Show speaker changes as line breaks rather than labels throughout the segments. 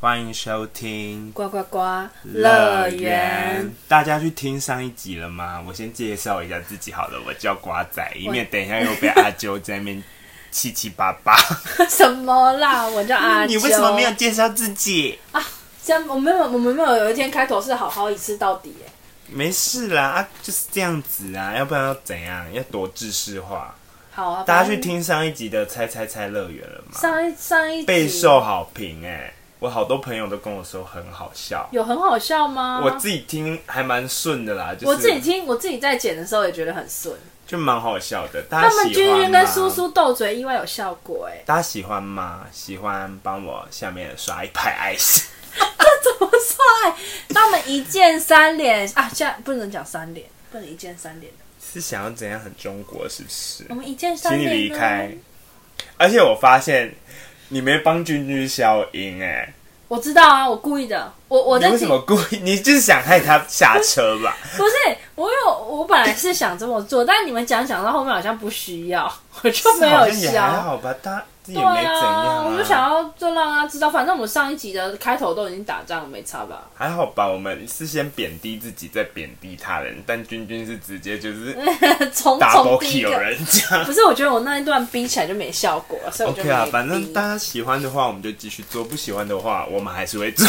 欢迎收听
呱呱呱乐园。。
大家去听上一集了吗？我先介绍一下自己好了，我叫瓜仔，以免等一下又被阿啾在那边七七八 八。
什么啦？我叫阿啾。
嗯你为什么没有介绍自己？
这样？我没有，我们没有有一天开头是好好一次到底耶。
没事啦，啊，就是这样子啊，要不然要怎样？要多制式化。
好啊，
大家去听上一集的《猜猜猜乐园》了吗？
上一上一集
备受好评哎、我好多朋友都跟我说很好笑。
有很好笑吗？
我自己听还蛮顺的啦，就是
我自己听，我自己在剪的时候也觉得很顺。
就蛮好笑的。大家喜欢啊
他们
吗
君君跟苏，苏斗嘴意外有效果 哎，
大家喜欢吗？喜欢帮我下面刷一排爱心。
怎么帅？他们一键三连啊，这样不能讲三连，不能一键三连。
是想要怎样很中国是不是
我？们一键三
请你
连，
离开。。而且我发现你没帮君君消音哎、
我知道啊，我故意的。我我
你
在
为
听
什么故意？你就是想害他下车 吧？
不是，我有我本来是想这么做，但你们讲讲到后面好像不需要， 我就没有
好像也还
消。
好吧，他也没怎
对
样、
啊，我就想要就让他知道，反正我们上一集的开头都已经打仗，没差吧？
还好吧，我们是先贬低自己，再贬低他人，但君君是直接就是
从
double
从第一
kill
个，
人家。
不是，我觉得我那一段逼起来就没效果，所以 我就
OK
没
啊，反正
逼
大家喜欢的话，我们就继续做；不喜欢的话，我们还是会做。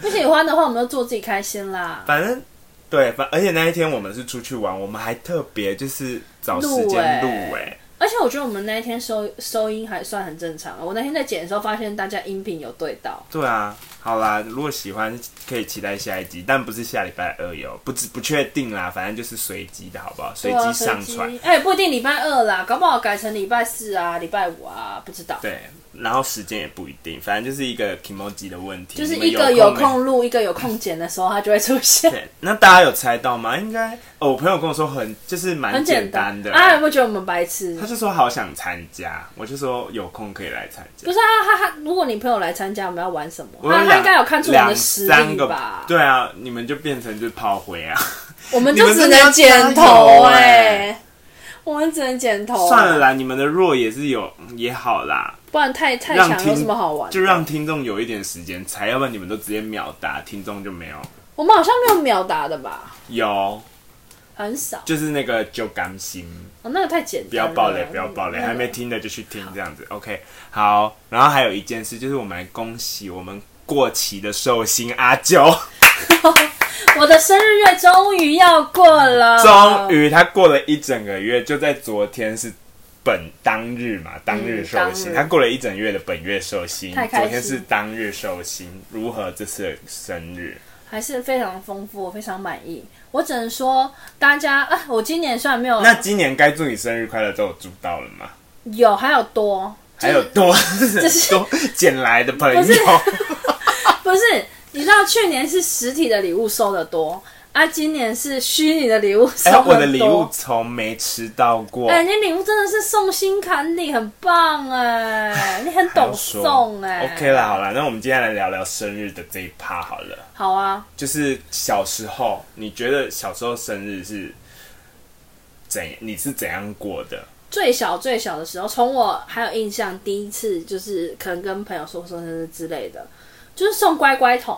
不喜欢的话，我们就做自己开心啦。
反正对，反而且那一天我们是出去玩，我们还特别就是找时间录欸
录欸
诶。
而且我觉得我们那一天收收音还算很正常，啊我那天在剪的时候发现大家音频有对到，
对啊，好啦，如果喜欢可以期待下一集，但不是下礼拜二有，不知不确定啦，反正就是随机的好不好？随
对啊
机上传。
随机哎、不一定礼拜二啦，搞不好改成礼拜四啊、礼拜五啊，不知道。
对，然后时间也不一定，反正就是一个 emoji 的问题，
就是
你们欸
一个有
没
空录，一个有空剪的时候，它就会出 现，
对，那大家有猜到吗？应该哦，我朋友跟我说很就是蛮
很
简
单
单的，
啊，有没有觉得我们白痴
他？就说好想参加，我就说有空可以来参加
不。是啊，他他如果你朋友来参加，我们要玩什么？
我有
他他
两
应该有看出我们的实
两三
力
个
吧？
对啊，你们就变成就是炮灰啊！
我们
你
就
们
只
真的要
能
加
剪
油
头
欸
哎，我们只能剪头，欸
算了，啦，你们的弱也是有也好啦，
不然太太
让
强
听
有什么好玩？
就让听众有一点时间猜，要不然你们都直接秒答，听众就没有
我们好像没有秒答的吧？
有，
很少，
就是那个就甘心，
哦，那个太简单了，
不要爆雷，不要爆雷，
那个
还没听的就去听这样子，OK，好。然后还有一件事就是我们来恭喜我们过期的寿星阿九。
我的生日月终于要过了，
终于，他过了一整个月，就在昨天是本当日嘛，当日寿星，
嗯当日
他过了一整月的本月寿星，
太开
昨
心
天是当日寿星，如何这次的生日？
还是非常丰富，我非常满意。我只能说，大家啊，我今年虽然没有
那今年该祝你生日快乐都有祝到了吗？
有，还有多，
还有多
是
多捡来的朋友哎
不，是不是？你知道去年是实体的礼物收的多，啊，今年是虚拟的礼物收
哎、
得多。
我的礼物，从没吃到过。
哎、你礼物真的是送心坎里，很棒哎、你很
还要
懂
说
送哎、
OK 啦，，好啦，那我们接下来聊聊生日的这一趴好了。
好啊，
就是小时候，你觉得小时候生日是怎？你是怎样过的？
最小最小的时候，从我还有印象，第一次就是可能跟朋友说生日之类的，就是送乖乖桶。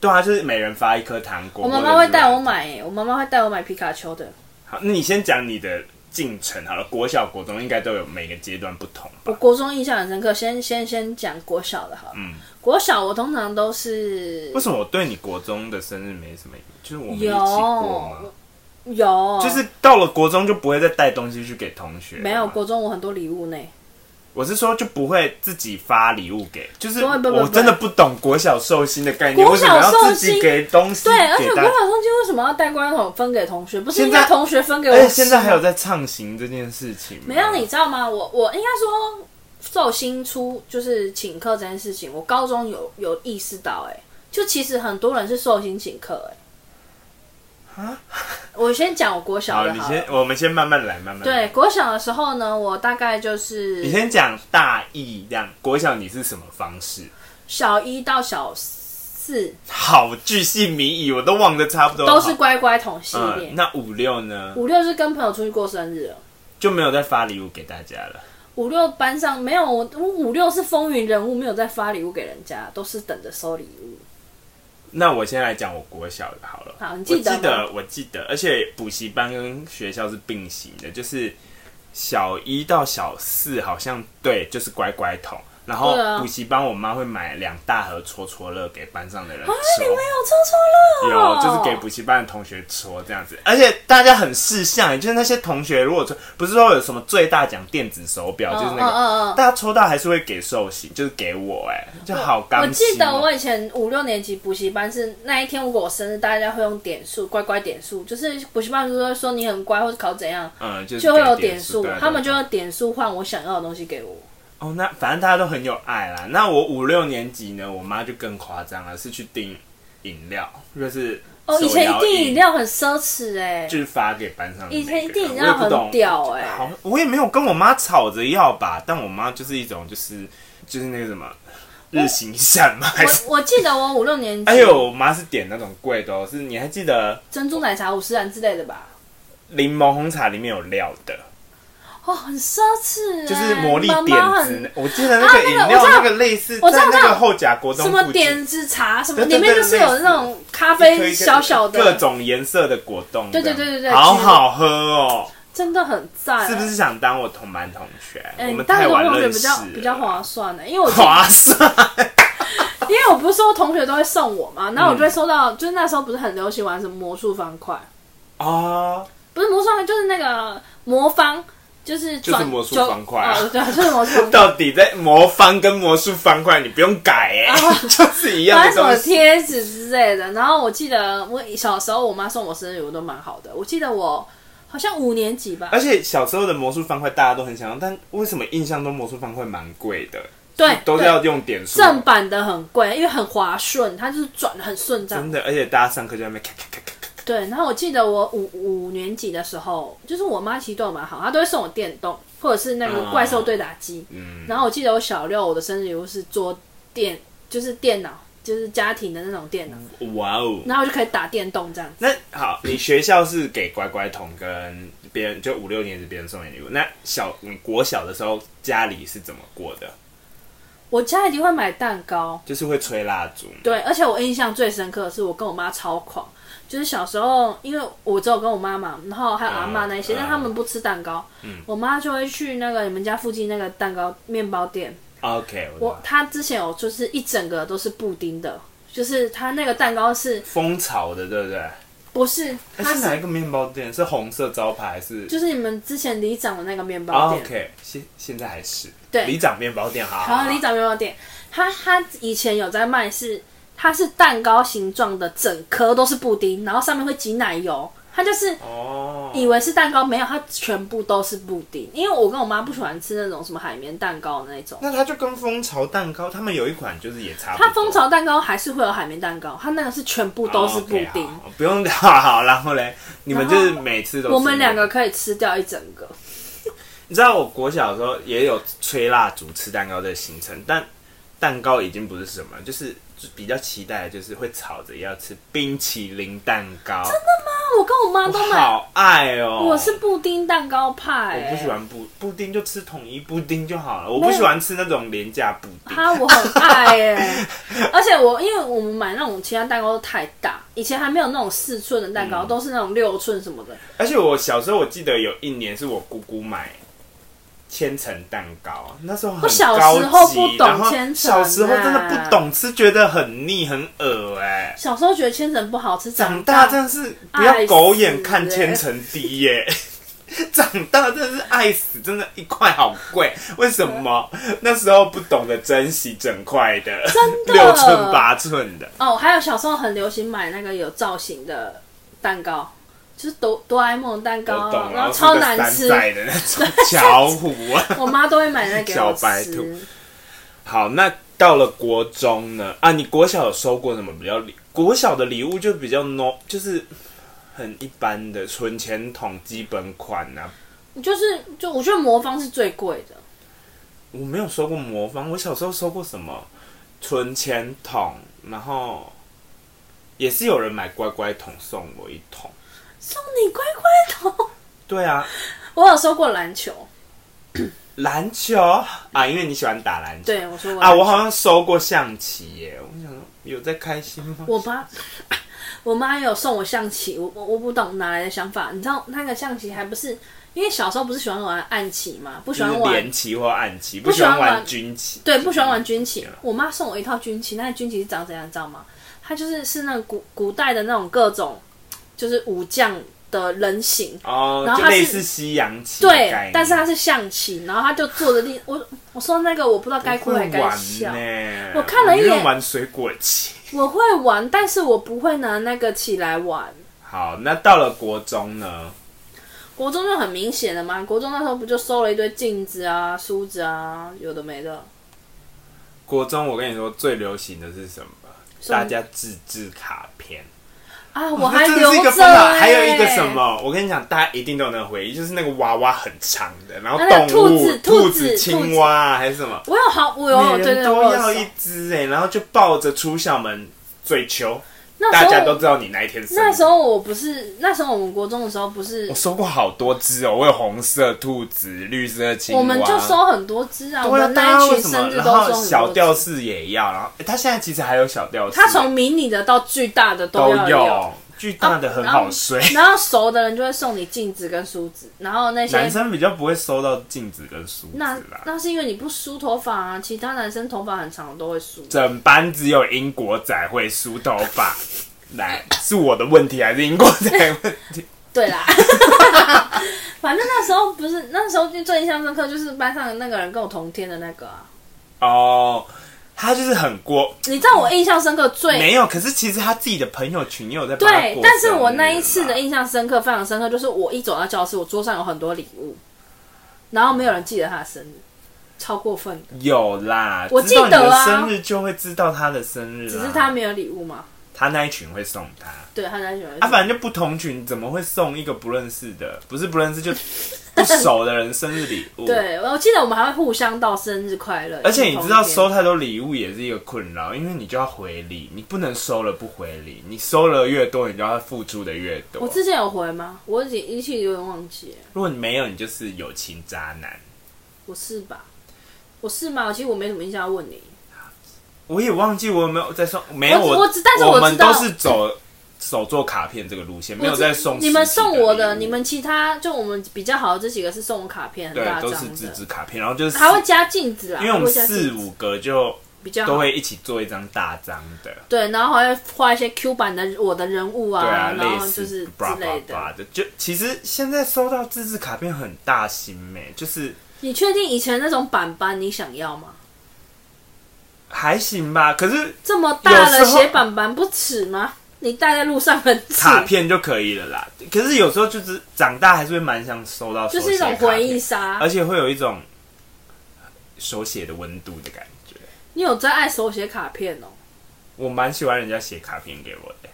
对啊，就是每人发一颗糖果。
我妈
或
妈
者
会
是
带我。买、我妈妈会带我买皮卡丘的。
好，那你先讲你的进程好了。国小、国中应该都有每个阶段不同
我
吧？
国中印象很深刻，先先先讲国小的好了。
嗯
国小我通常都是
为什么我对你国中的生日没什么？就是我们一起过吗
有？有，
就是到了国中就不会再带东西去给同学了吗，
没有国中我很多礼物呢。
我是说就不会自己发礼物给，就是
不会不会
我
不会
真的不懂国小寿星的概念，
国
为什么
小寿
要
星
自己给东西
对，而且
给
国
大
小
家？
中间为什么要带关桶分给同学？不是应
现
该
在
同学分给我
而且
吃？
哎现在还有在畅行这件事情吗，
没有，你知道吗？我我应该说寿星出就是请客这件事情，我高中有有意识到、哎，就其实很多人是寿星请客、哎
啊，
我先讲我国小
好，
的
你
好了
先，我们先慢慢来，慢慢
对
来。
国小的时候呢，我大概就是
你先讲大意，这样国小你是什么方式？
小一到小四
好，巨细靡遗，我都嗯忘得差不多，
都是乖乖桶系
好
列
嗯，，那五六呢
五六是跟朋友出去过生日了。
就没有再发礼物给大家了。
五六班上没有我，我五六是风云人物，没有在发礼物给人家，都是等着收礼物。
那我先来讲我国小的好了。
好你记得
我
吗
记得，我记得，而且补习班跟学校是并行的，就是小一到小四好像对，就是乖乖桶。然后
对啊
补习班，我妈会买两大盒戳戳乐给班上的人
啊，你
戳，
们有抽抽乐
有
哦？
就是给补习班的同学戳这样子。而且大家很识相，就是那些同学如果抽，不是说有什么最大奖电子手表，就是那
嗯嗯嗯
个
嗯
大家抽到还是会给寿喜，就是给我哎，就好刚
我记得
心哦
我以前五六年级补习班是那一天，如果我生日，大家会用点数，乖乖点数，就是补习班就会说你很乖或者考怎样，
嗯，就是
就会
给
有
点
点数
对啊，
他们
对
就
啊
用点数换我想要的东西给我。
哦，那反正大家都很有爱啦。那我五六年级呢，我妈就更夸张了，是去订饮料，就是
哦，以
手
前
摇
一订饮料很奢侈哎、
就是发给班上的每
以
个人。
前一订饮
我也
料
不懂
很屌哎、
好，我也没有跟我妈吵着要吧，但我妈就是一种就是就是那个什么日行一善嘛，还是
我我记得我五六年级，
哎呦，我妈是点那种贵的、哦，是你还记得
珍珠奶茶五十元之类的吧？
柠檬红茶里面有料的，
哦，很奢侈、欸，
就是魔力点
妈妈很
子，我记得那
啊
个
那个
饮
我
料
知道
那个类似
我知
在
道
那
我知
个
道
后甲国中
什么
附近
点子茶什么，
对对
里面就是有那种咖
一颗
啡
一颗
小小的，
各种颜色的果冻这
对
样，
对对对对
好好喝哦！
真的很赞，
是不是？想当我同班同学？我
哎、你
们
当
太
个
晚
同学
认
比
识
较
了
比较 划算的、啊因为我记得
划算，
因为我不是说同学都会送我
嗯
嘛，然后我就会收到，就是那时候不是很流行玩什么魔术方块，
哦，
不是魔术方块，就是那个魔方，就是转
就是魔术方块啊
就哦对，就是魔术 方块。
到底在魔方跟魔术方块，你不用改 哎、就是一样
反
的
正什
东
么
西。
贴纸之类的，然后我记得我小时候我妈送我生日礼物都蛮好的，我记得我好像五年级吧
而，且小时候的魔术方块大家都很想要，但为什么印象中魔术方块蛮贵的？
对，
都是
对
要用点数，
正版的很贵，因为很滑顺，它就是转的很顺畅
真。的。而且大家上课就在那边咔咔咔咔咔咔，
对，然后我记得我五五年级的时候，就是我妈其实对我蛮好，她都会送我电动或者是那个怪兽对打机。
嗯，
然后我记得我小六我的生日礼物是桌电，就是电脑，就是家庭的那种电脑，
哇哦！
然后我就可以打电动这样。
那好，你学校是给乖乖桶跟别人，就五六年级别人送你礼物。那小你国小的时候，家里是怎么过的？
我家一定会买蛋糕，
就是会吹蜡烛吗，
对，而且我印象最深刻的是，我跟我妈超狂，就是小时候，因为我只有跟我妈妈，然后还有阿妈那些，
嗯
但他们不吃蛋糕，
嗯
我妈就会去那个你们家附近那个蛋糕面包店，
，OK，我知
我
道。
她之前有就是一整个都是布丁的，就是她那个蛋糕是
蜂巢的，对不对？
不是
那
它
哎是哪一个面包店？是红色招牌还是？
就是你们之前里长的那个面包
啊
店，
OK，现现在还是
对
里长面包店，好好
然后里长面包店，他他以前有在卖是，它是蛋糕形状的，整颗都是布丁，然后上面会挤奶油，它就是
哦，
以为是蛋糕，没有，它全部都是布丁。因为我跟我妈不喜欢吃那种什么海绵蛋糕的那种，
那它就跟蜂巢蛋糕，他们有一款就是也差不多。
它蜂巢蛋糕还是会有海绵蛋糕，它那个是全部都是
哦
布
，OK，
丁。
好不用 好好。然后嘞，你们就是每次都
我们
吃
两个可以吃掉一整个，
你知道我国小的时候也有吹蜡烛、吃蛋糕的行程，但蛋糕已经不是什么，就是就比较期待，的就是会吵着要吃冰淇淋蛋糕，
那我跟我妈
我
都买，
好爱哦、
我是布丁蛋糕派、
我
欸。
不喜欢布布丁，就吃统一布丁就好了。我不喜欢吃那种廉价布丁。
哈，我很爱耶、 而且我因为我们买那种其他蛋糕都太大，以前还没有那种四寸的蛋糕，
嗯
都是那种六寸什么的。
而且我小时候我记得有一年是我姑姑买。千层蛋糕，那时候很
我
高级，
小时候不懂
然后
千层
小时候真的
啊
不懂吃，觉得很腻很恶哎、
小时候觉得千层不好吃，
长
大
大真的是不要狗眼看千层低耶、 长大真的是爱死，真的，一块好贵。为什 么那时候不懂得珍惜整块的，
真的
六寸八寸的？
哦，还有小时候很流行买那个有造型的蛋糕，就是哆哆啦 A 梦的蛋
我
糕，啊
懂，
然
然
后
后
超
是个
难
山
吃，
寨的那 种巧虎啊。
我妈都会买那个给我
小白兔
吃。
好，那到了国中呢？啊，你国小有收过什么比较礼？国小的礼物就比较 no，就是很一般的存钱筒基本款啊，
就是就我觉得魔方是最贵的，
我没有收过魔方，我小时候收过什么存钱筒，然后也是有人买乖乖桶送我一桶。
送你乖乖桶。
对啊，
我有收过篮球，
篮球啊，因为你喜欢打篮球
对，我说我
啊，我好像收过象棋耶，我想说有在开心吗？
我妈， 我妈也有送我象棋，我我我不懂哪来的想法。你知道那个象棋还不是因为小时候不是喜欢玩暗棋嘛，不喜
就是
欢玩
连棋或暗棋，不
不
喜
喜
欢
欢
玩
玩
军棋，
对，不喜欢玩军棋。我妈送我一套军棋，那个军棋是长怎样，你知道吗？它就是是那种古古代的那种各种就是武将的人形，
哦，
然后
就
它是
类似西洋棋的概
对
念，
但是它是象棋，然后它就坐着立。我我说那个我不知道该哭还
会
该
玩
笑。
呢。
我看了一眼
宁愿玩水果棋。
我会玩，但是我不会拿那个起来玩。
好，那到了国中呢？
国中就很明显的嘛，国中那时候不就收了一堆镜子啊、梳子啊，有的没的。
国中我跟你说最流行的是什么？
什么
大家自制卡片。
啊，我
哦那
还
真的
留
是一
着、
个风潮，
欸。
还有一个什？么？我跟你讲，大家一定都有那个回忆，就是那个娃娃很长的，然后
啊那个
动物、
兔子
兔
兔子
青蛙啊还是什么，
我有好，我有
每
对
人
对，
都
我有
要
收
一只哎、然后就抱着出校门追求。
那
大
时
家都
候
知道你那一天生日。
那时候我不是，那时候我们国中的时候不是
我，收过好多只哦，我有红色兔子、绿色青蛙，
我们就收很多只啊，我
对啊，
们
大家
那一
为什
群
么？
生日
然
都收
后
很
小吊
多只。
饰也要，然后诶它现在其实还有小吊饰，
它从迷你的到巨大的都
都
要有。
有，巨大的很好睡。
然后熟的人就会送你镜子跟梳子，然后那些
男生比较不会收到镜子跟梳子啊
那
啦，
那是因为你不梳头发啊，其他男生头发很长的都会梳。
整班只有英国仔会梳头发。 来，是我的问题还是英国仔问 题？
对啦，反正那时候不是那时候就最印象深刻就是班上的那个人跟我同天的那个啊。
哦，他就是很过，
你知道我印象深刻最
没有。可是其实他自己的朋友群也有在帮他
对
过，
但是我
生
那
日
一次
啦
的印象深刻非常深刻，就是我一走到教室，我桌上有很多礼物，然后没有人记得他的生日，超过分的。
有啦，
我
知道
记得啊
你的生日就会知道他的生日、啊，
只是他没有礼物嘛？
他那一群会送他啊，
对，他在喜欢。
反正就不同群怎么会送一个不认识的，不是不认识就不熟的人生日礼物？，
对，我记得我们还会互相道生日快乐。
而且你知道
同一天
收太多礼物也是一个困扰，因为你就要回礼，你不能收了不回礼，你收了越多，你就要付出的越
我
多。
之前有回吗？我已经一气有点忘记了，
如果你没有，你就是友情渣男。
我是吧？我是吗？其实我没什么印象，要问你。
我也忘记我有没有在送，没有
我
我
我知但是我
们
知道
都是走手做卡片这个路线，没有
我
在
知
送
你们
实体
送我的，
礼物
你们其他就我们比较好的这几个是送我卡片，很大
对，都
张的，
是自制卡片，然后就是
还会加镜子啦，
因为我们
还会加镜
四
子
五个就
比较好
都会一起做一张大张的，
对，然后还会画一些 Q 版的我的人物啊，
对啊，
然
类
后
似
就是之
blah
类
blah
的。
blah 的，就其实现在收到自制卡片很大心美、就是
你确定以前那种板板你想要吗？
还行吧，可是
这么大
有
了
时候
写板板不耻吗？你带在路上很耻，
卡片就可以了啦。可是有时候就是长大还是会蛮想收到，
就是一种回忆，啊杀
而。且会有一种手写的温度的感觉。
你有在爱手写卡片哦、
我蛮喜欢人家写卡片给我的，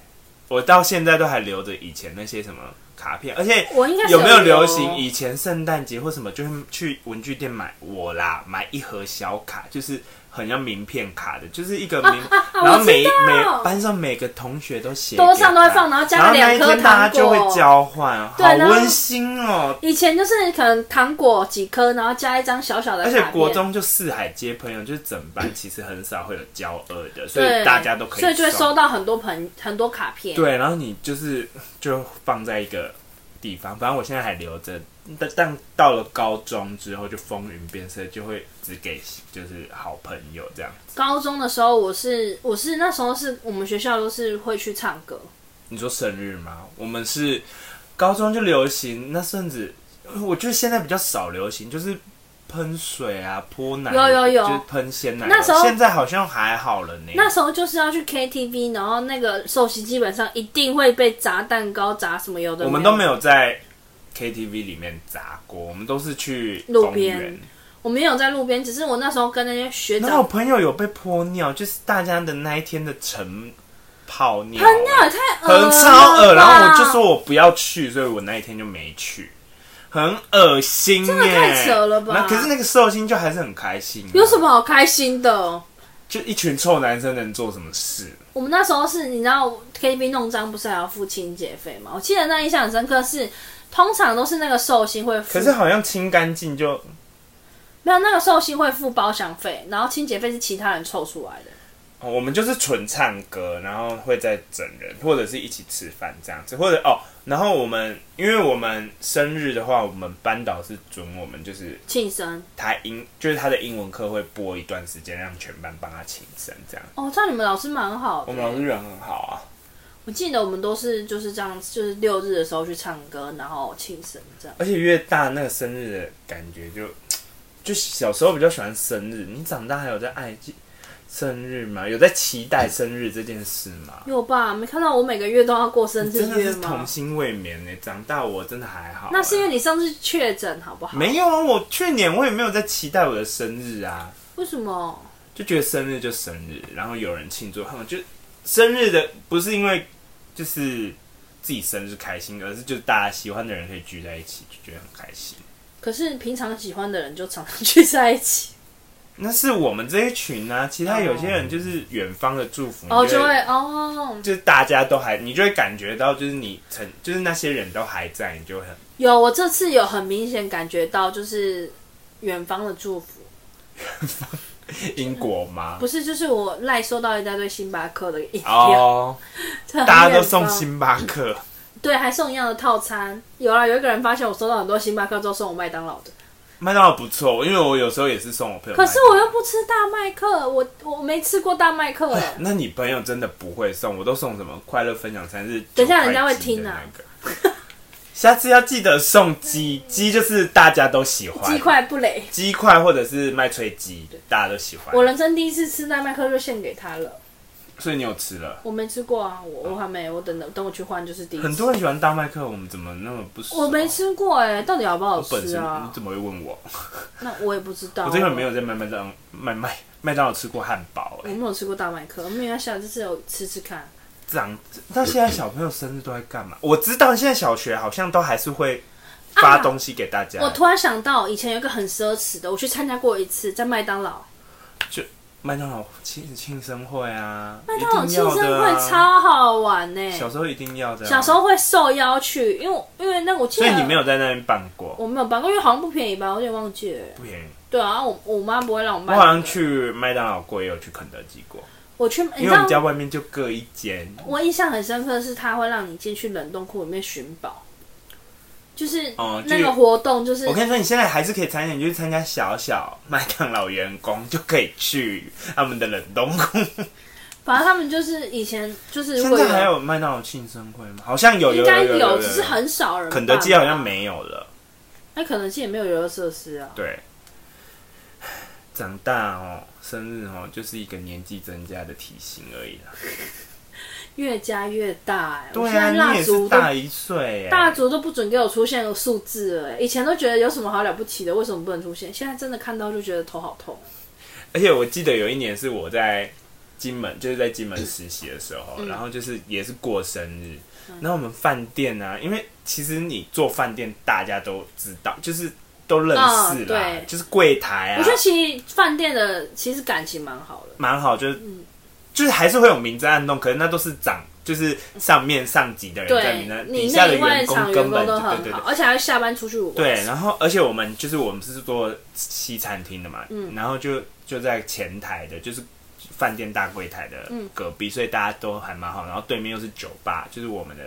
我到现在都还留着以前那些什么卡片，而且
我应该是
有没有
留
流行以前圣诞节或什么，就会去文具店买我啦，买一盒小卡，就是很像名片卡的，就是一个名，
啊啊
然
我
后
知
每
道
每班上每个同学都写给他，
桌上都会放然后加个
然后那一
两颗
天大家就
糖
会
果
交换，
对啊
好
然后
温馨哦。
以前就是可能糖果几颗，然后加一张小小的
而
卡
且
片。
国中就四海皆朋友，就是整班其实很少会有交恶的，所以
对
大家都可以，
所以就会收到很多朋很多卡片。
对，然后你就是就放在一个地方，反正我现在还留着。但但到了高中之后，就风云变色，就会只给就是好朋友这样。
高中的时候，我是我是那时候是我们学校都是会去唱歌，
你说生日吗？我们是高中就流行，那甚至我觉得现在比较少流行，就是喷水啊、泼奶，
有有有
就是喷鲜奶油。
那时候
现在好像还好了呢。
那时候就是要去 KTV，然后那个寿喜基本上一定会被砸蛋糕、砸什么有的。
我们都没
有，
有在 KTV 里面砸过，我们都是去
路
公园
边我没有在路边，只是我那时候跟那些学
然后我
长
朋友有被泼尿，就是大家的那一天的晨泡尿，
喷尿也哎太恶
很
了
超恶。
吧
然后我就说我不要去，所以我那一天就没去，很恶心、耶，
真的太扯了吧
那可是那个寿星就还是很开心、啊
有什？么好开心的？
就一群臭男生能做什么事？
我们那时候是，你知道 KTV 弄脏不是还要付清洁费吗？我记得那印象很深刻是，通常都是那个寿星会付，
可是好像清干净就
没有那个寿星会付包厢费，然后清洁费是其他人凑出来的。
哦我们就是纯唱歌，然后会在整人，或者是一起吃饭这样子，或者哦，然后我们因为我们生日的话，我们班导是准我们就是
庆生
他英就是他的英文课会播一段时间，让全班帮他庆生这样。
哦，这样你们老师蛮好
我
的。欸
们哦老师人很好啊，
我记得我们都是就是这样，就是六日的时候去唱歌，然后庆生这样。
而且越大那个生日的感觉就就小时候比较喜欢生日，你长大还有在爱记生日吗？有在期待生日这件事吗？
有吧？没看到我每个月都要过生日
真的
月
是童
吗？
心未泯呢、长大我真的还好、啊
那是因为你上次确诊，好不好？
没有啊，我去年我也没有在期待我的生日啊，
为什么？
就觉得生日就生日，然后有人庆祝，哼就生日的不是因为就是自己生日开心，而是就是大家喜欢的人可以聚在一起，就觉得很开心。
可是平常喜欢的人就常常聚在 一起，
那是我们这一群啊，其他有些人就是远方的祝福，
哦，
你
就
会
会哦，
就是大家都还，你就会感觉到就是你曾就是那些人都还在，你就会很
有我这次有很明显感觉到，就是远方的祝福，
英国吗？
不是就是我赖收到一大堆星巴克的饮 料，
哦，
这很
大家都
远
送
方
星巴克，
对，还送一样的套餐。有啊，有一个人发现我收到很多星巴克之后送我麦当劳的，
麦当劳不错，因为我有时候也是送我朋友麦当劳。
可是我又不吃大麦克，我我没吃过大 麦克哎、
那你朋友真的不会送，我都送什么快乐分享餐是、
等一下人家会听啊
啊。下次要记得送 鸡，鸡就是大家都喜欢
鸡，块不累。
鸡块或者是麦脆鸡，大家都喜欢。
我人生第一次吃大麦克就献给他了，
所以你有吃了，
我没吃过啊，我我还没，我等等等我去换就是第一次。
很多人喜欢大麦克，我们怎么那么不熟？
我没吃过哎、到底好不好
我本
吃
身、
啊
你？怎么会问我？
那我也不知道。
我这个没有在麦麦当麦麦麦当劳吃过汉堡、
我
哎，
没有吃过大麦克，我们要下次有吃吃看。
长到现在小朋友生日都在干嘛？我知道现在小学好像都还是会发东西给大家、
啊我突然想到，以前有一个很奢侈的，我去参加过一次，在麦当劳，
麦当劳庆庆生会啊，
麦当劳
一
庆
定要
生
的啊
会超好玩呢、欸
小时候一定要的啊、
小时候会受邀去，因为我因为那我记
所
得
以你没，有在那边办过，
我没有办过，因为好像不便宜吧，我有点忘记了。
不便宜。
对啊，我我妈不会让我
我
办。
好像，去麦当劳过，也有去肯德基过，
我去，哎你
因
知
为我们家
道，
外面就各一间。
我印象很深刻的是，他会让你进去冷冻库里面寻宝，就是
哦就
那
有
个活动，就是
我跟你说，你现在还是可以参加，你就去参加小小麦当劳员工就可以去他们的冷冻库。
反正他们就是以前就是如
现
果
在还有麦当劳庆生会吗？好像有，
应
有
该
有
有，
有，
只是很少人。
肯德基好像，没有了。
那肯德基也没有游乐设施啊。
对，长大哦，生日哦，就是一个年纪增加的提醒而已啦。
越加越大、欸，我
对
现在
啊，你
蜡
也
烛
是
都
大一岁耶，欸
蜡烛都不准给我出现个数字了、欸，以前都觉得有什么好了不起的，为什么不能出现？现在真的看到就觉得头好痛。
而且我记得有一年是我在金门，就是在金门实习的时
嗯
候，然后就是也是过生日，然后我们饭店啊，因为其实你做饭店大家都知道，就是都认识啦，
嗯对
就是柜台
我
啊
觉，得其实饭店的其实感情蛮好的，嗯
蛮好，就是、就是还是会有明争暗斗，可是那都是长。就是上面上级的人啊在
对
你那，
你
底下
内
的
外
员
场
工
员
根
工
本就
都
对
很
对对
好，，而且还下班出去玩。
对，然后而且我们就是我们是做西餐厅的嘛，然后就就在前台的，就是饭店大柜台的隔壁，所以大家都还蛮好。然后对面又是酒吧，就是我们的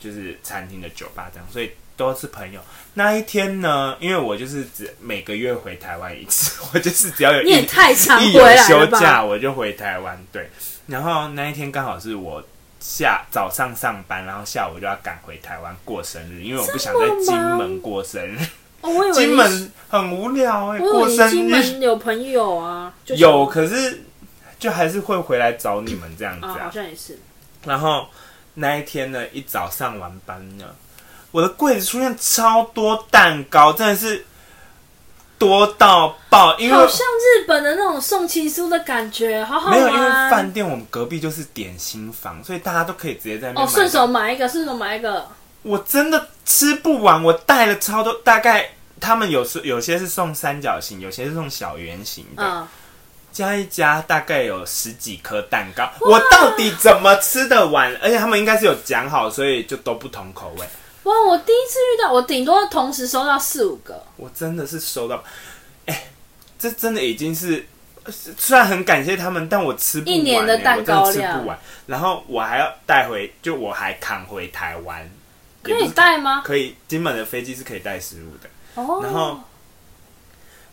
就是餐厅的酒吧这样，所以都是朋友。那一天呢，因为我就是只每个月回台湾一次， 我就是只要有
你也
一
太 常
一
回
有
来
休
了吧？
假我就回台湾，对。然后那一天刚好是我下早上上班，然后下午就要赶回台湾过生日，因为我不想在金门过生 日。
哦，我以为你
金门很无聊哎、
我
过
以为你
生
金
日
门有朋友啊，就
有，可是就还是会回来找你们这样子
啊，好
啊。
像也是。
然后那一天呢，一早上完班呢，我的柜子出现超多蛋糕，真的是多到爆，因为
好像日本的那种送情书的感觉，好好
没
玩。
有，因为饭店我们隔壁就是点心房，所以大家都可以直接在那边
哦，
买
顺手买一个，顺手买一个，
我真的吃不完，我带了超多，大概他们有时有些是送三角形，有些是送小圆形的，
嗯，
加一加大概有十几颗蛋糕，我到底怎么吃得完？而且他们应该是有讲好，所以就都不同口味。
哇，我第一次遇到，我顶多同时收到四五个，
我真的是收到，哎这真的已经是虽然很感谢他们，但我吃不完、欸，
一年的蛋糕
我真的吃
量
不完。然后我还要带回，就我还扛回台湾，
可
也
以
不是
带吗？
可以，金门的飞机是可以带食物的。
哦，
然后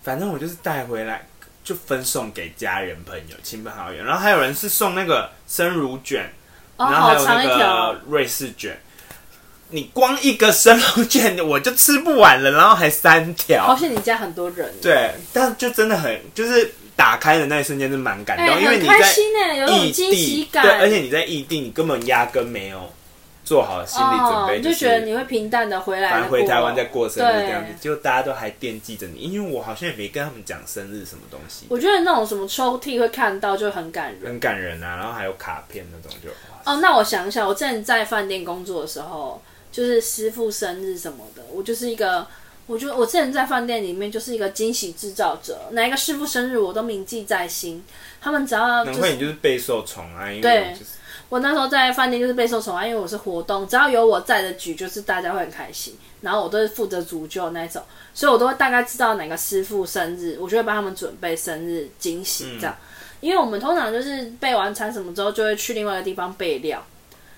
反正我就是带回来，就分送给家人、朋友、亲朋好友。然后还有人是送那个生乳卷，
哦，
然后还
好
有
长
那
一条
个，瑞士卷。你光一个生乳卷我就吃不完了，然后还三
好
条。
像你家很多人，
对，但就真的很，就是打开的那一瞬间是蛮感
哎，
动，因为
很
你
开
在
心哎，有
异
种惊喜
地，
感，哦
对，而且你在异地，你根本压根没有做好心理准
哦
备，
你
是
就觉得你会平淡的回来，
反正回台湾再过生日
对
这样子，结果大家都还惦记着你，因为我好像也没跟他们讲生日什么东西，
我觉得那种什么抽屉会看到就很感人。
很感人啊。然后还有卡片那种就，哇
哦，那我想一下，我之前在饭店工作的时候，就是师傅生日什么的，我就是一个，我觉得我之前在饭店里面就是一个惊喜制造者，哪一个师傅生日我都铭记在心。他们只要就
难怪你
是
就是备受宠爱，因为
对
我就是
我那时候在饭店就是备受宠爱，因为我是活动，只要有我在的局，就是大家会很开心。然后我都是负责煮酒那一种，所以我都会大概知道哪个师傅生日，我就会帮他们准备生日惊喜这样。因为我们通常就是备完餐什么之后，就会去另外一个地方备料，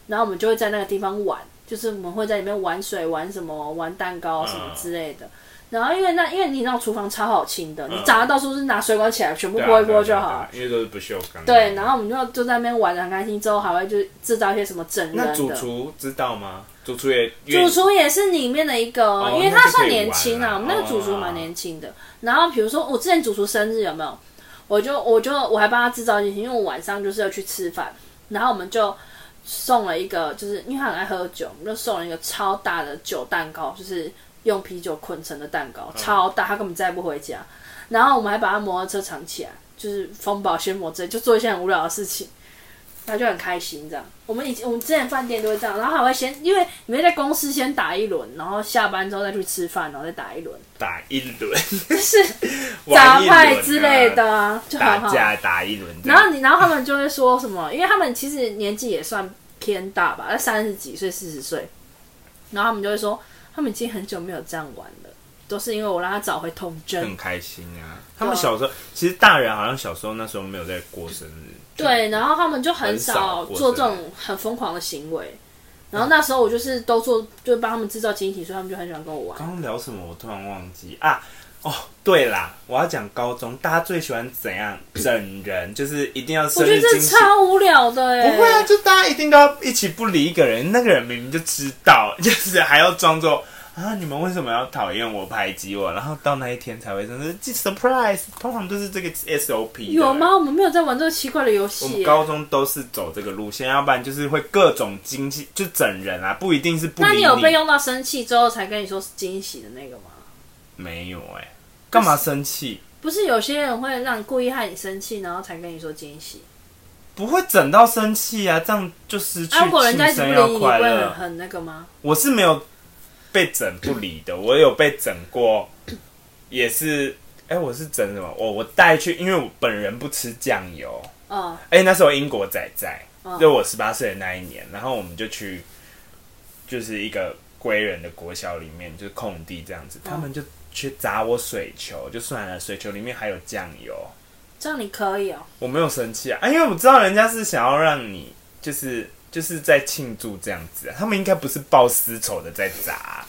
然后我们就会在那个地方玩，就是我们会在里面玩水、玩什么、玩蛋糕什么之类的。然后因为那因为你知道厨房超好清的，你炸的到处是拿水管起来全部
对啊
拨一
对啊
拨就
对啊
好
对啊
了。
因为都是不锈钢。
对，然后我们就就在那边玩的很开心，之后还会就制造一些什么整人
那
的。
主厨知道吗？主厨也
主厨也是里面的一个哦，因为他算年轻啊，
那就可以玩了哦
我们那个主厨蛮年轻的。然后比如说我哦之前主厨生日有没有？我就我就我还帮他制造惊喜，因为我晚上就是要去吃饭，然后我们就送了一个，就是因为他很爱喝酒，我们就送了一个超大的酒蛋糕，就是用啤酒捆成的蛋
嗯
糕，超大，他根本载不回家。然后我们还把他摩托车藏起来，就是封保鲜膜之类，就做一些很无聊的事情。他就很开心这样。我们以前我们之前饭店都会这样，然后还会先，因为你们在公司先打一轮，然后下班之后再去吃饭，然后再打一轮，
打一轮，
就是
玩
杂
一轮啊
派之类的，啊， 就很
打
好。
架打一轮这样。
然后你，然后他们就会说什么？因为他们其实年纪也算偏大吧，在三十几岁、四十岁，然后他们就会说，他们已经很久没有这样玩了，都是因为我让他找回童真。
很开心啊！他们小时候，其实大人好像小时候那时候没有在过生日，
对，然后他们就很
很
少
少过
做这
生
种很疯狂的行为。然后那时候我就是都做，就帮他们制造惊喜，所以他们就很喜欢跟我玩。
刚刚聊什么？我突然忘记啊！哦，对啦，我要讲高中，大家最喜欢怎 样整人，就是一定要
我
生
觉得
日
这
惊喜。
超无聊的哎、
不会啊，就大家一定都要一起不理一个人，那个人明明就知道， 就是还要装作啊，你们为什么要讨厌我、排挤我？然后到那一天才会真的 surprise，通常都是这个 SOP。
有？吗？我们没有在玩这个奇怪的游
我
戏
们
耶、
高中都是走这个路线，要不然就是会各种惊喜，就整人啊，不一定是不理
那你有被用到生气之后才跟你说是惊喜的那个吗？
没有哎、干嘛生气？
不是有些人会让故意害你生气，然后才跟你说惊喜。
不会整到生气啊，这样就失去
啊，如果人家一
庆
直
生
不理
要
你，你不
快
会很
乐。
很那个吗？
我是没有被整不理的，我有被整过，也是，哎、我是整什么？我我带去，因为我本人不吃酱油，
哦，
哎、那时候英国仔仔，
嗯
就我十八岁的那一年，然后我们就去，就是一个归人的国小里面，就是空地这样子，他们就去砸我水球，就算了，水球里面还有酱油，
这样你可以哦、
我没有生气啊，啊因为我知道人家是想要让你就是就是在庆祝这样子、啊，他们应该不是报私仇的在砸啊、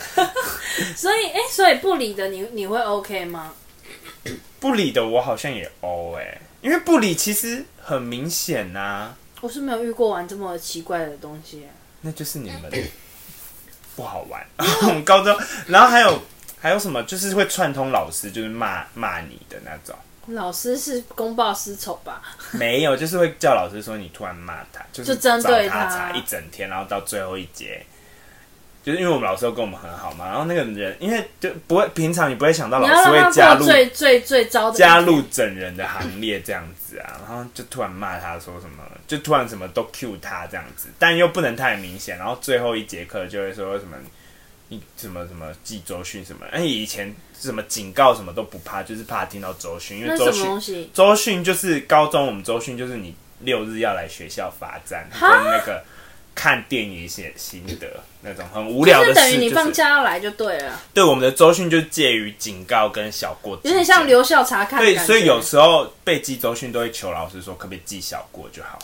所以，哎、所以不理的你，你会 OK 吗？
不理的我好像也欧哎、因为不理其实很明显啊呐、
我是没有遇过玩这么奇怪的东西耶、
那就是你们不好玩。 我们高中，然后还有还有什么，就是会串通老师，就是骂骂你的那种。
老师是公报私仇吧？
没有，就是会叫老师说你突然骂他，就是
就针对
找他
他
查一整天，然后到最后一节，就是因为我们老师都跟我们很好嘛，然后那个人因为就不会平常你不会想到
你
老
要
师
让
会
他
加
过
入
最最最糟的一
加
天
入整人的行列这样子 啊，然后就突然骂他说什么，就突然什么都 cue 他这样子，但又不能太明显，然后最后一节课就会说什么。你什么什么记周训什么？哎，以前什么警告什么都不怕，就是怕听到周训，因
那
为
是
周
什么
训
东西？
周训就是高中我们周训就是你六日要来学校罚站跟
哈
那个看电影一些心得那种很无聊的事，
就是等于
就
你
是
放假要来就对了，
对我们的周讯就介于警告跟小过之
有
间，
点像留校查看的
对，
感觉。
所以有时候被记周讯都会求老师说，可不可以记小过就好。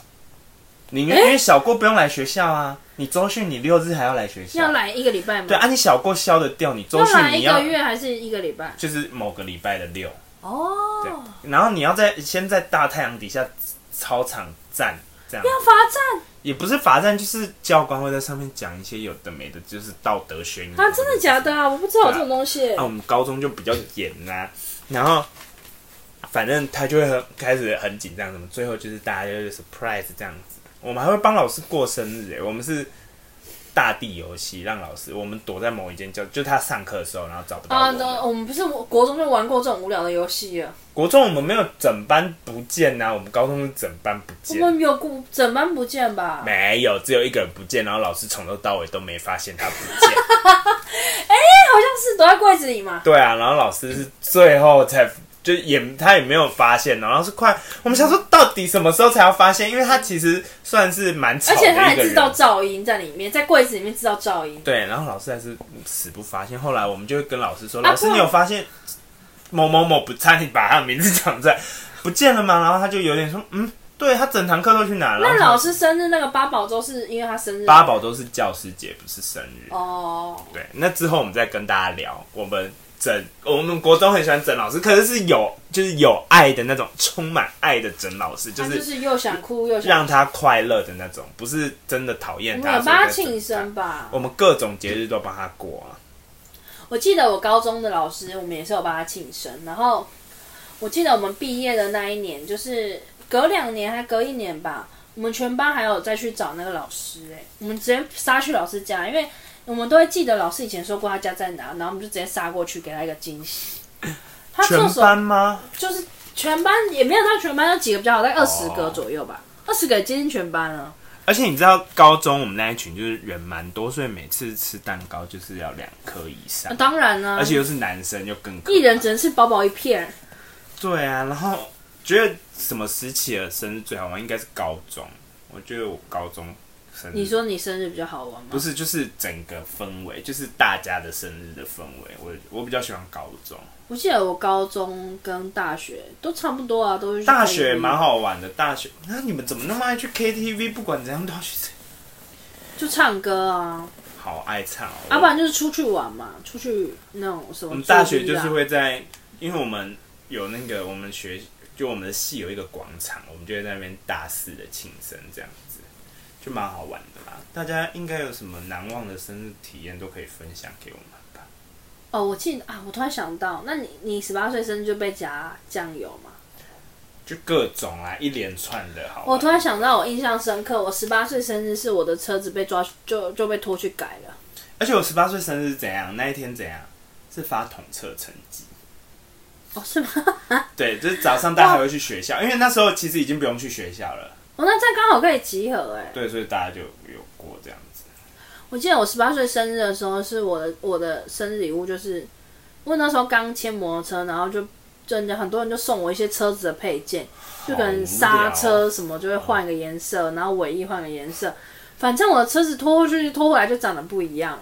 你因为因为小过不用来学校啊，你周讯你六日还要来学校，
要来一个礼拜吗？
对啊，你小过消得掉，你周
要
讯
来
你
一
要
个月还是一个礼拜？
就是某个礼拜的六，对
哦，，
然后你要在先在大太阳底下操场站这样，
要罚站
也不是罚站，就是教官会在上面讲一些有的没的，就是道德宣言
啊！真的假的啊？我不知道有这种东西
啊，。我们高中就比较严啦、然后反正他就会很开始很紧张，什么最后就是大家就是 surprise 这样子。我们还会帮老师过生日，欸我们是大地游戏，让老师我们躲在某一间教，就他上课的时候，然后找不到我
啊，
们。
那我们不是国中就玩过这种无聊的游戏啊？
国中我们没有整班不见啊呐、我们高中是整班不
我
见，
们有过整班不见吧？
没有，只有一个人不见，然后老师从头到尾都没发现他不见。
好像是躲在柜子里嘛。
对啊，然后老师是最后才就也他也没有发现，然后是快我们想说到底什么时候才要发现，因为他其实算是蛮吵
而
的一个
且
人，
他还制造噪音在里面，在柜子里面制造噪音。
对，然后老师还是死不发现。后来我们就会跟老师说，
啊
老师
不
你有发现某某某不差，你把他的名字讲出来不见了吗？然后他就有点说，嗯，对他整堂课都去哪了？
那
然后
老师生日那个八宝粥是因为他生日
八宝都是教师节，不是生日。
哦，
对，那之后我们再跟大家聊我们整我们国中很喜欢整老师，可是是有就是有爱的那种，充满爱的整老师，就
他就是是又想哭又想，
让他快乐的那种，不是真的讨厌
我
他。
们有帮他
所以在
庆
整
生
他。
吧？
我们各种节日都帮他过啊，
我记得我高中的老师，我们也是有帮他庆生。然后我记得我们毕业的那一年，就是隔两年还隔一年吧，我们全班还有再去找那个老师、欸。哎，我们直接杀去老师家，因为我们都会记得老师以前说过他家在哪，然后我们就直接杀过去给他一个惊喜。他
全
厕所
班吗？
就是全班也没有到全班，有几个比较好，大概二十
哦
个左右吧，二十个也接近全班了。
而且你知道高中我们那一群就是人蛮多，所以每次吃蛋糕就是要两颗以上
那、，啊当然呢、
而且又是男生又更可
一人
怕
只能吃薄薄一片。
对啊，然后觉得什么时期的生日最好玩？应该是高中。我觉得我高中生日，
你说你生日比较好玩吗？
不是，就是整个氛围，就是大家的生日的氛围。我我比较喜欢高中，
我记得我高中跟大学都差不多啊，都是去
大学
KTV
蛮，好玩的。大学，那你们怎么那么爱去 KTV？不管怎样都要去，
就唱歌啊，
好爱唱哦。
要、不然就是出去玩嘛，出去那种什么。
我们嗯大学
啊
就是，会在，因为我们有那个我们学就我们的系有一个广场，我们就会在那边大肆的庆生，这样子就蛮好玩的啦。大家应该有什么难忘的生日体验都可以分享给我们吧。
哦，我记得啊，我突然想到，那你你十八岁生日就被夹酱油嘛？
就各种啊，一连串的好玩。
我突然想到，我印象深刻，我十八岁生日是我的车子被抓就就被拖去改了，
而且我十八岁生日是怎样？那一天怎样？是发统测成绩。
哦，是吗？
对，就是早上大家还会去学校，因为那时候其实已经不用去学校了。
哦，那这样刚好可以集合哎、
对，所以大家就有过这样子。
我记得我十八岁生日的时候，是我的我的生日礼物，就是我那时候刚签摩托车，然后就就人家很多人就送我一些车子的配件，就可能刹
哦
车什么就会换一个颜色，然后尾翼换个颜色，反正我的车子拖过去拖回来就长得不一样。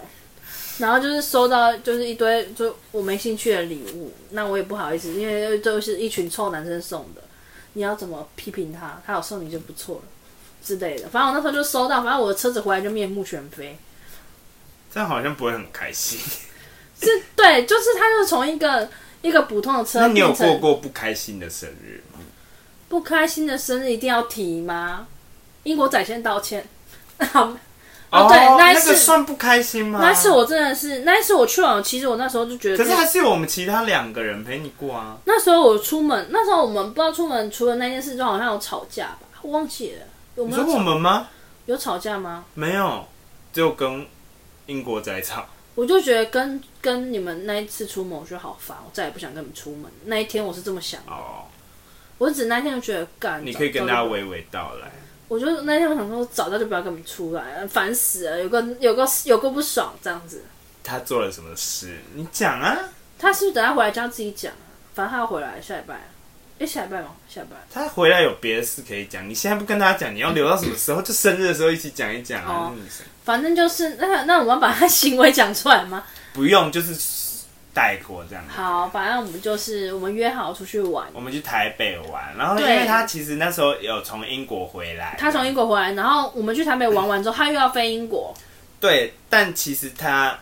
然后就是收到就是一堆就我没兴趣的礼物，那我也不好意思，因为都是一群臭男生送的，你要怎么批评他？他有送你就不错了之类的。反正我那时候就收到，反正我的车子回来就面目全非。
这样好像不会很开心。
是对，就是他就从一个一个普通的车
那你有
变
过
成
过不开心的生日吗？
不开心的生日一定要提吗？英国仔先道歉。 好哦对那一次
个算不开心吗？
那一次我真的是，那一次我去玩，其实我那时候就觉得，
可是还是有我们其他两个人陪你过啊。
那时候我出门，那时候我们不知道出门，除了那件事，就好像有吵架吧，我忘记了。有
你
没
说
有
我
吵
们吗？
有吵架吗？
没有，只有跟英国仔吵。
我就觉得跟跟你们那一次出门，我觉得好烦，我再也不想跟你们出门。那一天我是这么想，
哦，
我只那天就觉得干。
你可以
早
跟
早
他
就
娓娓道来。
我就那天我想说，早知道就不要跟你们出来了，烦死了，有个有个有个不爽这样子。
他做了什么事？你讲啊。
他是不是等他回来就要自己讲啊？反正他要回来下礼拜啊，哎，下礼拜吗？下礼拜。
他回来有别的事可以讲，你现在不跟他讲，你要留到什么时候？就生日的时候一起讲一讲啊。
哦
那女生
反正就是那那我们要把他行为讲出来吗？
不用，就是带过这样。
好，反正我们就是我们约好出去玩。
我们去台北玩，然后因
对
为他其实那时候有从英国回来，
他从英国回来，然后我们去台北玩完之后，他又要飞英国。
对，但其实他，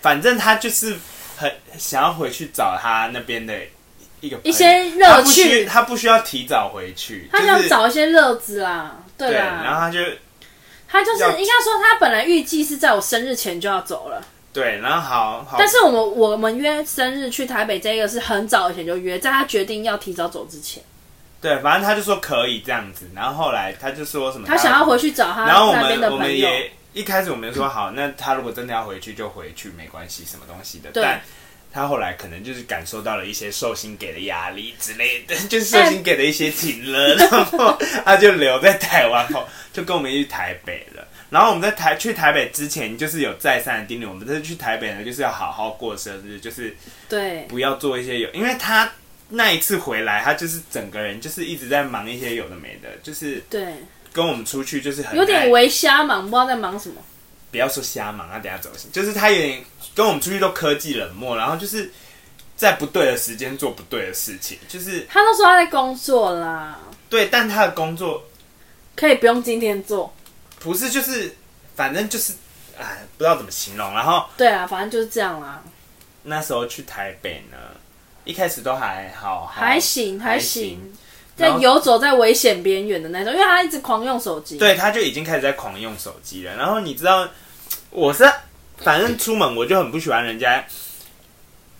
反正他就是很想要回去找他那边的一个朋友
一些乐
哎他不需
趣
他不需要提早回去，
他
就
想
是
找一些乐子啦，对
对，
啦，
然后他就
他就是
要
应该说他本来预计是在我生日前就要走了，
对，然后好好，
但是我们我们约生日去台北这个是很早以前就约，在他决定要提早走之前，
对，反正他就说可以这样子，然后后来他就说什么
他想要回去找他
然后我
那边的
们我
朋
们
友。
也一开始我们就说好，那他如果真的要回去就回去，没关系，什么东西的。
对
但他后来可能就是感受到了一些寿星给的压力之类 的，就是寿星给的一些情了， 然后他就留在台湾后，就跟我们一起去台北了。然后我们在台去台北之前，就是有再三的叮咛，我们这次去台北呢，就是要好好过生日，就是
对，
不要做一些有，因为他那一次回来，他就是整个人就是一直在忙一些有的没的，就是
对，
跟我们出去就是很
有
爱
点微瞎忙，不知道在忙什么。
不要说瞎忙，他等下走心，就是他有点跟我们出去都科技冷漠，然后就是在不对的时间做不对的事情，就是
他都说他在工作啦，
对，但他的工作
可以不用今天做。
不是就是，反正就是，哎，不知道怎么形容。然后
对啊，反正就是这样啦，
那时候去台北呢，一开始都还好，
还行还
还
行
行，
在
然后
游走在危险边缘的那种，因为他一直狂用手机。
对，他就已经开始在狂用手机了。然后你知道，我是反正出门我就很不喜欢人家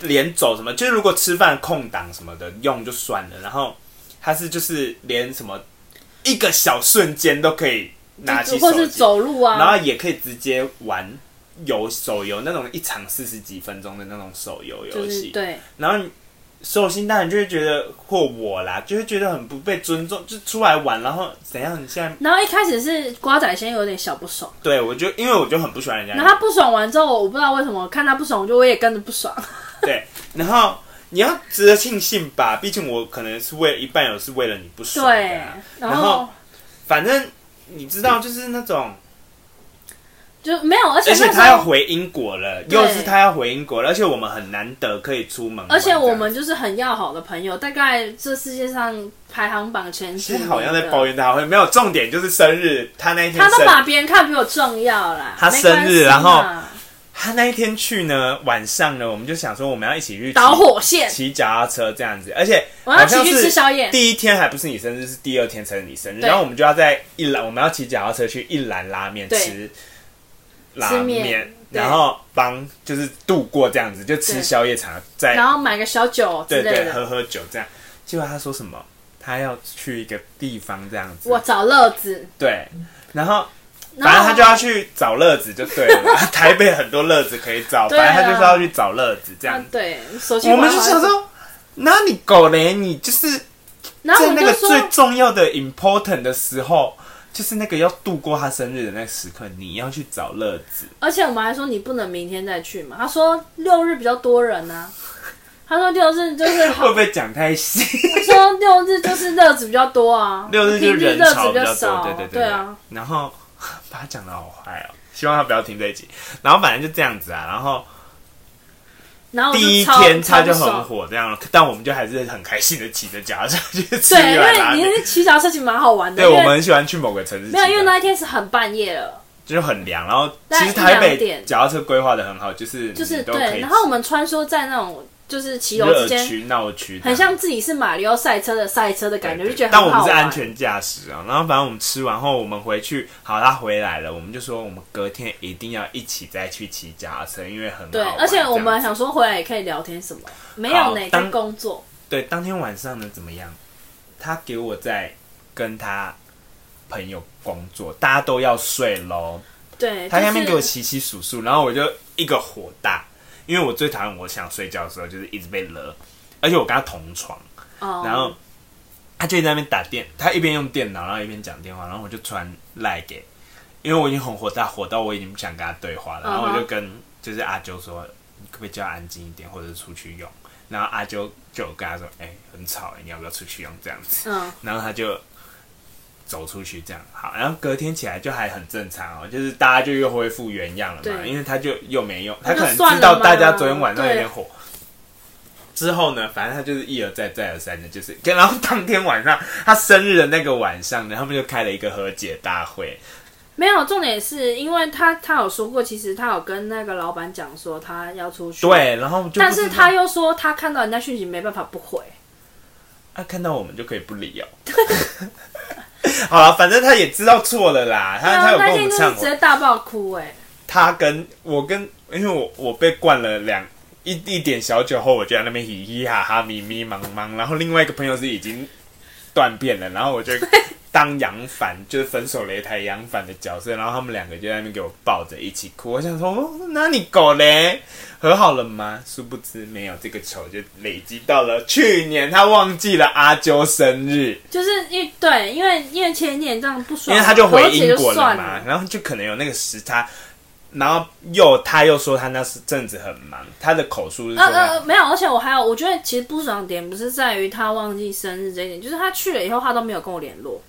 连走什么，就是如果吃饭空档什么的用就算了，然后他是就是连什么一个小瞬间都可以拿起
或
手
是
机，
走路啊，
然后也可以直接玩游手游那种一场四十几分钟的那种手游游
就
戏，
是对，
然后你寿星大人就会觉得或我啦，就会觉得很不被尊重，就出来玩，然后怎样？你现在
然后一开始是瓜仔先有点小不爽，
对我就因为我就很不喜欢人家，
然后他不爽完之后，我不知道为什么看他不爽，我就我也跟着不爽。
对，然后你要值得庆幸吧，毕竟我可能是为一半有是为了你不 爽、
对
啊，，
然
然
后
后反正你知道，就是那种，
就没有，而且
而且
那时
他要
候，
回英国了，
对
又是他要回英国了，而且我们很难得可以出门玩，
而且我
这样
们就是很要好的朋友，大概这世界上排行榜前十
现在
名的，
好像在抱怨他，会没有重点就是生日，他那一天
他都
生
把别人看比我重要啦。
他
没
生
关
日
系
然后
嘛
他那一天去呢，晚上呢，我们就想说我们要一起去
导
骑
火线，
骑脚踏车这样子，而且
我要
好
一
像
起去
是
吃宵夜。
第一天还不是你生日，是第二天才是你生日，
对
然后我们就要在一兰，我们要骑脚踏车去一兰拉面
对
吃拉
吃面
面，
对
然后帮就是度过这样子，就吃
对
宵夜场，在
然后买个小酒之
对
类
对
的，
喝喝酒这样。结果他说什么？他要去一个地方这样子
我，找乐子。
对，然后
然
反
后
正他就要去找乐子就对 了，啊台北很多乐子可以找，
对啊
反正他就是要去找乐子这样
啊
子。
对，手机
我们就
滑滑
想说，那你狗嘞，你就是
然后我
在
们
那个
就说，
最重要的 important 的时候，就是那个要度过他生日的那个时刻，你要去找乐子。
而且我们还说你不能明天再去嘛。他说六日比较多人呢、他说六日就是
会
好，
不会讲太 细？
他说六日就是乐子比较多啊，
六日就是
平日
人
乐
潮
子
比较
少，
多，对
对
对对
啊。。
然后 把他讲的好坏哦，希望他不要听这一集。然后反正就这样子啊，然后
然哦后我就
第一
超
天他
超
就
不
很
爽。
火这样，但我们就还是很开心的骑着脚踏车去吃
对，
一
因
碗拉
为
面。
你是骑脚车其实蛮好玩的，
对，
因
我
为
们很喜欢去某个城市骑
没
的，
有，因为那一天是很半夜了，
就是很凉。然后
大概
其实台
一两
北
点
脚踏车规划的很好，就是
就是
你都可
对。
以
然后我们穿梭在那种就是骑楼之
热
间，
区闹区这样，
很像自己是马里奥赛车的赛车的感觉，
对
就觉得
但
很
我
好玩。
们是安全驾驶啊。然后反正我们吃完后，我们回去，好，他回来了，我们就说我们隔天一定要一起再去骑脚踏车，因为很好
对，
玩
而且我
这
们
样
想说回来也可以聊天什么，没有
好
呢，在
当
工作。
对当天晚上呢怎么样？他给我在跟他朋友工作，大家都要睡喽。
对，
他
哎就
下面
是
给我洗洗数数，然后我就一个火大，因为我最讨厌我想睡觉的时候就是一直被勒，而且我跟他同床。
哦
然后他就在那边打电，他一边用电脑，然后一边讲电话，然后我就传赖给，因为我已经很火大，火到我已经不想跟他对话了，然后我就跟就是阿啾说，你可不可以叫他安静一点，或者是出去用。然后阿啾就有跟他说，哎、很吵、哎，你要不要出去用这样子？
嗯，
然后他就走出去这样，好，然后隔天起来就还很正常哦，就是大家就又恢复原样了嘛，
对
因为他就又没用，他
就
可能
算
知道
了
大家
嘛
昨天晚上有
对
点火。之后呢，反正他就是一而再再而三的，就是跟然后当天晚上他生日的那个晚上呢，他们就开了一个和解大会，
没有，重点是因为他他有说过，其实他有跟那个老板讲说他要出去，，
对，然后就
但
不知
是
道
他又说他看到人家讯息没办法不回，
他、啊看到我们就可以不理哦。 好了，反正他也知道错了啦，他、
对
他
啊，
有跟
那
我
天
们
就是
忏
直
悔。
接大爆哭哎、
他跟我跟，因为我我被灌了两一一点小酒后，我就在那边嘻嘻哈哈、咪咪茫茫。然后另外一个朋友是已经断片了，然后我就当杨帆，就是分手擂台杨帆的角色。然后他们两个就在那边给我抱着一起哭。我想说，哦那你狗嘞？和好了吗？殊不知没有，这个仇就累积到了去年，他忘记了阿啾生日。
就是因为对，因为因为前一年这样不爽，
因为他就回英国
和解就算
嘛，
了，
然后就可能有那个时差，然后又他又说他那是阵子很忙，他的口述是
呃
说哦
呃，
他
呃没有，而且我还有，我觉得其实不爽点不是在于他忘记生日这一点，就是他去了以后他都没有跟我联络，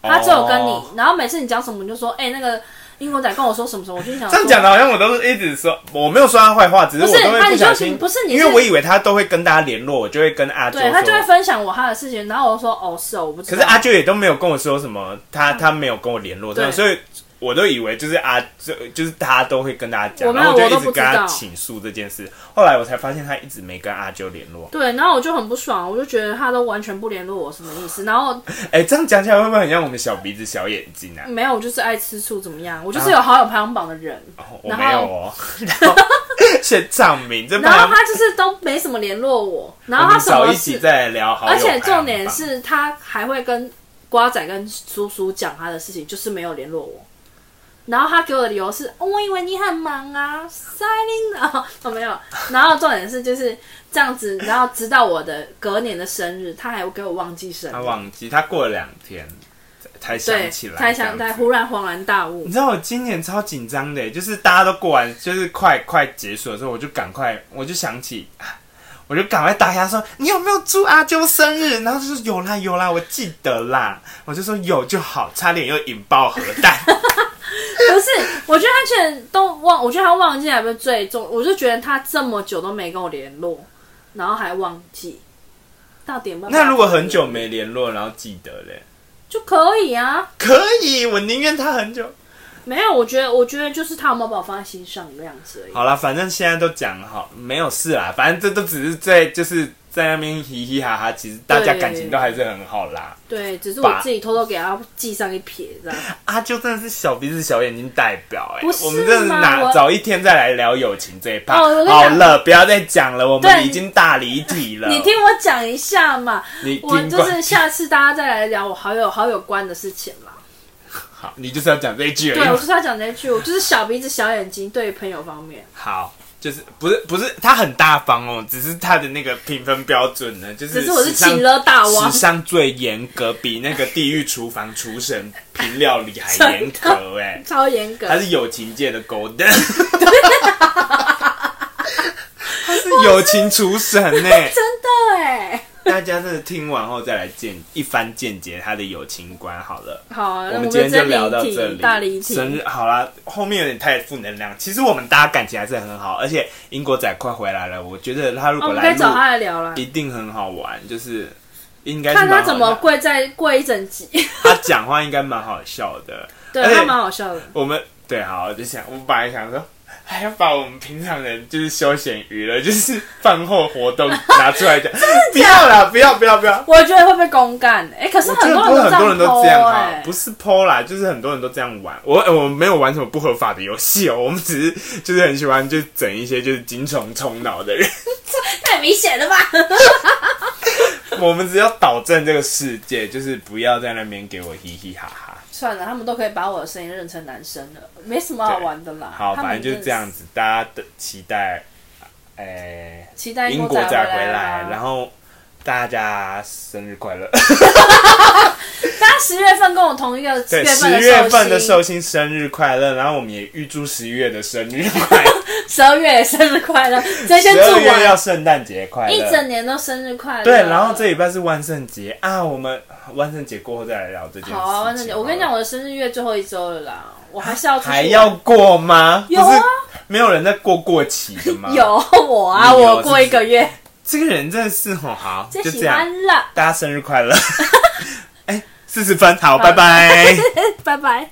他只有跟你，
哦
然后每次你讲什么你就说，哎、那个英国仔跟我说什么什么，我就想
这样讲的，好像我都是一直说我没有说他坏话，只是
不
我
是
都
那
会
你
不
就
小心，
不是你
因
是
为我以为他都会跟大家联络，我就会跟阿啾
对他就会
说。
分享我他的事情，然后我就说哦是哦，我不知
可
道。
是阿啾也都没有跟我说什么，他他没有跟我联络，这样
对
所以我都以为就是阿就就是他都会跟大家讲，
我没
然
有
后就一
我都
直
不
跟
知
他
道
倾诉这件事。后来我才发现他一直没跟阿啾联络。
对，然后我就很不爽，我就觉得他都完全不联络我，什么意思？然后
哎、这样讲起来会不会很像我们小鼻子小眼睛啊？
没有，我就是爱吃醋，怎么样？我就是有好友排行榜的人，
哦我
然
没有
后
哦，然后 先唱名，这
然后
怕
他就是都没什么联络我，然
我
后他
哦们
什么
少一起
事，
再来聊好友
而且
排行
重点
榜，
是他还会跟瓜仔跟叔叔讲他的事情，就是没有联络我。然后他给我的理由是，哦我以为你很忙啊，塞琳娜，哦没有。然后重点是就是这样子，然后直到我的隔年的生日，他还给我忘记生
他
日，
忘记，他过了两天才才
对
想起，来，
才想
这样
才
子
忽然恍然大悟
你。知道我今年超紧张的，就是大家都过完，就是快快结束的时候，我就赶快，我就想起，啊我就赶快打给他说：“你有没有祝阿啾生日？”然后就说：“有啦有啦，我记得啦。”我就说：“有就好。”差点又引爆核弹。
不是，我觉得他居然都忘，我觉得他忘记还不是最重，我就觉得他这么久都没跟我联络，然后还忘记，到底有没 有
那如果很久没联络，然后记得嘞，
就可以啊？
可以，我宁愿他很久。
没有，我觉得我觉得就是他有没有把我放在心上的样子而已。
好啦，反正现在都讲好，没有事啦。反正这都只是在就是在那边嘻嘻哈哈，其实大家
对
感情都还是很好啦。
对，只是
吧
我自己偷偷给他记上一撇这样。
阿啾啊真的是小鼻子小眼睛代表哎、
不是
我们真的
吗
哪
我
早一天再来聊友情这一趴。
哦我跟你
好
讲
了，不要再讲了，我
对
们已经大离题了。
你听我讲一下嘛，
你
我
听
就
过
是下次大家再来聊我好友好友关的事情嘛。
好，你就是要讲这一句而
对，我
已
就。是要讲这一句，我就是小鼻子小眼睛对于朋友 方面，
好，就是不是不是，他很大方哦，只是他的那个评分标准呢，就是
只是啊我是
史上
请了大王
史。上最严格，比那个地狱厨房厨神评料理还严格 哎、
超严格，
他是友情界的 Golden，他是友情厨神哎、
真的哎。
大家真的听完后再来见一番见解他的友情观好了。
好，那
我们
们
今天就
真离
聊到
题
这里，
大离题。
生日好啦，后面有点太负能量。其实我们大家感情还是很好，而且英国仔快回来了，我觉得他如
哦我
果
们可
来
以
录，
找他来聊啦，
一定很好玩，就是应该是
看他
蛮好
怎么
玩
跪在跪一整集，
他讲话应该蛮好笑的。
对
而且
他蛮好笑的。
我们对，好，我就想，我本来想说，还要把我们平常人就是休闲娱乐，就是饭后活动拿出来 讲，不要啦，不要，不要，不要。
我觉得会被公干，哎、可是
我觉得不
多
会
人
很多人都这样欸
剖
哈
哎，
不是 PO 啦，就是很多人都这样玩。我呃我没有玩什么不合法的游戏哦，我们只是就是很喜欢就是整一些就是精虫充脑的人，
太明显了吧？
我们只要导正这个世界，就是不要在那边给我嘻嘻哈哈。
算了，他们都可以把我的声音认成男生了，没什么好玩的啦。
好，
他们
反正就是这样子，大家的期待，哎、哎
真的是。期待
英
英
国
国
仔
仔
回
回
来，
来，
然
后
后大家生日快乐！
大家十月份跟我同一个
对，
月
十
份的
月份的寿
星，
星生日快乐，然后我们也预祝十一月的生日快 乐，
十二月也生日快乐，这先
十
祝
二月要
完，
圣诞节快乐，
一整年都生日快乐。
对，然后这礼拜是万圣节啊，我们万圣节过后再来聊这件事情。啊
好啊，万圣节，我跟你讲，，我的生日月最后一周了啦，我还是要出去
还要过吗？
有啊
不是没有人在过过期的吗？，
有我啊，
你有
我过一个月
这个人真的是很好，就
最
这
喜
样，
欢了，
大家生日快乐！哎，四十分，好，拜拜。
拜拜。